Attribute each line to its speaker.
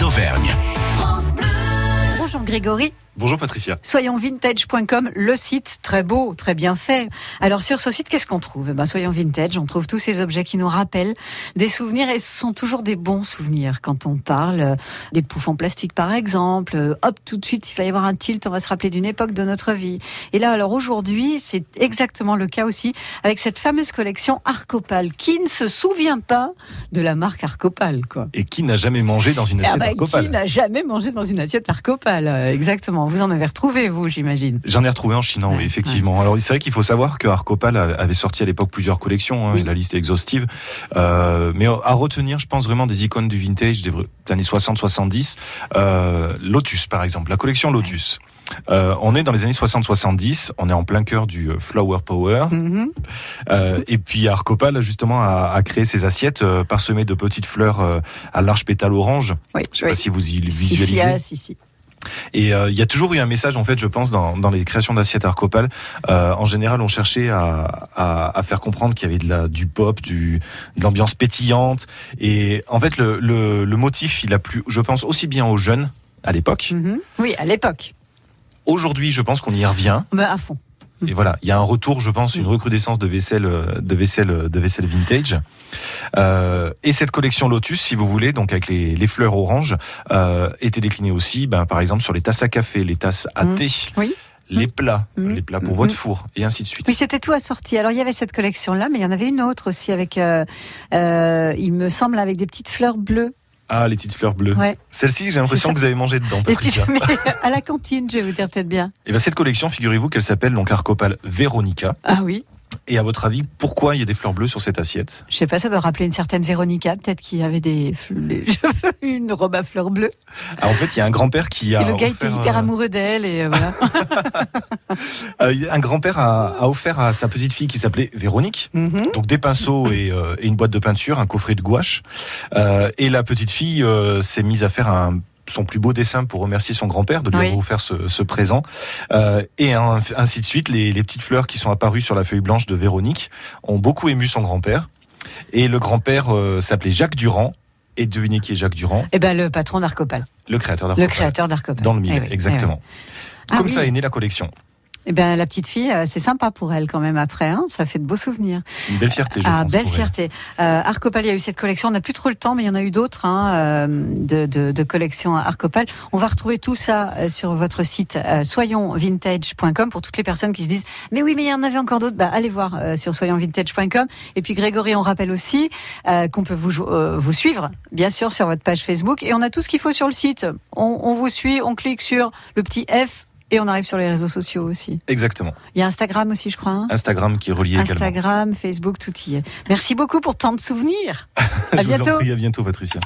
Speaker 1: d'Auvergne.
Speaker 2: Bonjour Grégory.
Speaker 3: Bonjour Patricia.
Speaker 2: Soyonsvintage.com, le site très beau, très bien fait. Alors sur ce site, qu'est-ce qu'on trouve eh ben, Soyons vintage, on trouve tous ces objets qui nous rappellent des souvenirs et ce sont toujours des bons souvenirs quand on parle euh, des poufs en plastique par exemple. euh, Hop, tout de suite, il va y avoir un tilt, on va se rappeler d'une époque de notre vie. Et là, alors aujourd'hui, c'est exactement le cas aussi avec cette fameuse collection Arcopal. Qui ne se souvient pas de la marque Arcopal quoi
Speaker 3: Et qui n'a jamais mangé dans une
Speaker 2: Ah
Speaker 3: assiette
Speaker 2: bah,
Speaker 3: d'arcopale
Speaker 2: qui n'a jamais mangé dans une assiette arcopale euh, Exactement. Vous en avez retrouvé, vous, j'imagine.
Speaker 3: J'en ai retrouvé en Chine, hein,
Speaker 2: Ouais,
Speaker 3: oui, effectivement. Alors, c'est vrai qu'il faut savoir que Arcopal a- avait sorti à l'époque plusieurs collections, hein,
Speaker 2: Oui.
Speaker 3: et la liste est exhaustive. Euh, mais à retenir, je pense vraiment des icônes du vintage des vrais- des années 60-70. Euh, Lotus, par exemple, la collection Lotus. Euh, on est dans les années 60-70, on est en plein cœur du euh, Flower Power.
Speaker 2: Mhm.
Speaker 3: Euh, et puis Arcopal, justement, a, a créé ces assiettes euh, parsemées de petites fleurs euh, à large pétale orange.
Speaker 2: Oui,
Speaker 3: Je sais
Speaker 2: oui.
Speaker 3: pas si vous y
Speaker 2: Si,
Speaker 3: visualisez.
Speaker 2: si, ah, si, si.
Speaker 3: Et euh, il y a toujours eu un message, en fait, je pense, dans, dans les créations d'assiettes Arcopal. Euh, en général, on cherchait à, à, à faire comprendre qu'il y avait de la, du pop, du, de l'ambiance pétillante. Et en fait, le, le, le motif, il a plu, je pense, aussi bien aux jeunes à l'époque.
Speaker 2: Mhm. Oui, à l'époque.
Speaker 3: Aujourd'hui, je pense qu'on y revient.
Speaker 2: Mais à fond.
Speaker 3: Et voilà, il y a un retour, je pense,
Speaker 2: Mm.
Speaker 3: une recrudescence de vaisselle, euh, de vaisselle, de vaisselle vintage. Euh, et cette collection Lotus, si vous voulez, donc avec les, les fleurs oranges, euh, était déclinée aussi, ben, par exemple, sur les tasses à café, les tasses à
Speaker 2: Mm.
Speaker 3: thé,
Speaker 2: Oui.
Speaker 3: les plats,
Speaker 2: Mm.
Speaker 3: les plats pour
Speaker 2: Mm.
Speaker 3: votre four, et ainsi de suite.
Speaker 2: Oui, c'était tout assorti. Alors, il y avait cette collection-là, mais il y en avait une autre aussi avec, euh, euh, il me semble, avec des petites fleurs bleues.
Speaker 3: Ah, les petites fleurs bleues.
Speaker 2: Ouais.
Speaker 3: Celle-ci, j'ai
Speaker 2: C'est ça.
Speaker 3: l'impression que vous avez mangé dedans,
Speaker 2: Des petites-
Speaker 3: Patricia.
Speaker 2: mais à la cantine, je vais vous dire peut-être bien.
Speaker 3: Et ben, cette collection, figurez-vous qu'elle s'appelle donc Arcopal Véronica.
Speaker 2: Ah oui.
Speaker 3: Et à votre avis, pourquoi il y a des fleurs bleues sur cette assiette
Speaker 2: Je sais pas, ça doit rappeler une certaine Véronica, peut-être qui avait des, des cheveux, une robe à fleurs bleues.
Speaker 3: Ah, En fait, il y a un grand-père qui a
Speaker 2: et le gars était
Speaker 3: offert,
Speaker 2: hyper
Speaker 3: euh,
Speaker 2: amoureux d'elle et euh, voilà.
Speaker 3: Euh, un grand-père a, a offert à sa petite fille qui s'appelait Véronique.
Speaker 2: Mhm.
Speaker 3: Donc des pinceaux et, euh, et une boîte de peinture, un coffret de gouache. Euh, et la petite fille euh, s'est mise à faire un- son plus beau dessin pour remercier son grand-père de lui
Speaker 2: Oui.
Speaker 3: avoir offert ce, ce présent. Euh, et un- ainsi de suite, les, les petites fleurs qui sont apparues sur la feuille blanche de Véronique ont beaucoup ému son grand-père. Et le grand-père euh, s'appelait Jacques Durand. Et devinez qui est Jacques Durand
Speaker 2: Eh ben, le patron d'Arcopal,
Speaker 3: Le créateur
Speaker 2: le
Speaker 3: d'Arcopal.
Speaker 2: créateur d'Arcopal.
Speaker 3: Dans le milieu,
Speaker 2: Eh oui, eh oui.
Speaker 3: exactement.
Speaker 2: Ah
Speaker 3: Comme
Speaker 2: oui.
Speaker 3: ça est née la collection.
Speaker 2: Eh ben, la petite fille, euh, c'est sympa pour elle quand même après, hein ça fait de beaux souvenirs.
Speaker 3: Une belle fierté, je
Speaker 2: ah,
Speaker 3: pense.
Speaker 2: belle
Speaker 3: pour elle.
Speaker 2: fierté. Euh, Arcopal, il y a eu cette collection, on n'a plus trop le temps, mais il y en a eu d'autres hein, euh, de, de, de collections à Arcopal. On va retrouver tout ça euh, sur votre site euh, soyonsvintage.com pour toutes les personnes qui se disent mais oui, mais il y en avait encore d'autres. Bah, allez voir euh, sur soyonsvintage.com. Et puis Grégory, on rappelle aussi euh, qu'on peut vous, jo- euh, vous suivre, bien sûr, sur votre page Facebook. Et on a tout ce qu'il faut sur le site. On, on vous suit, on clique sur le petit F et on arrive sur les réseaux sociaux aussi.
Speaker 3: Exactement.
Speaker 2: Il y a Instagram aussi, je crois. hein
Speaker 3: Instagram qui est relié également.
Speaker 2: Instagram, Facebook, tout y est. Merci beaucoup pour tant de souvenirs. À
Speaker 3: Je vous en
Speaker 2: bientôt.
Speaker 3: prie, à bientôt, Patricia.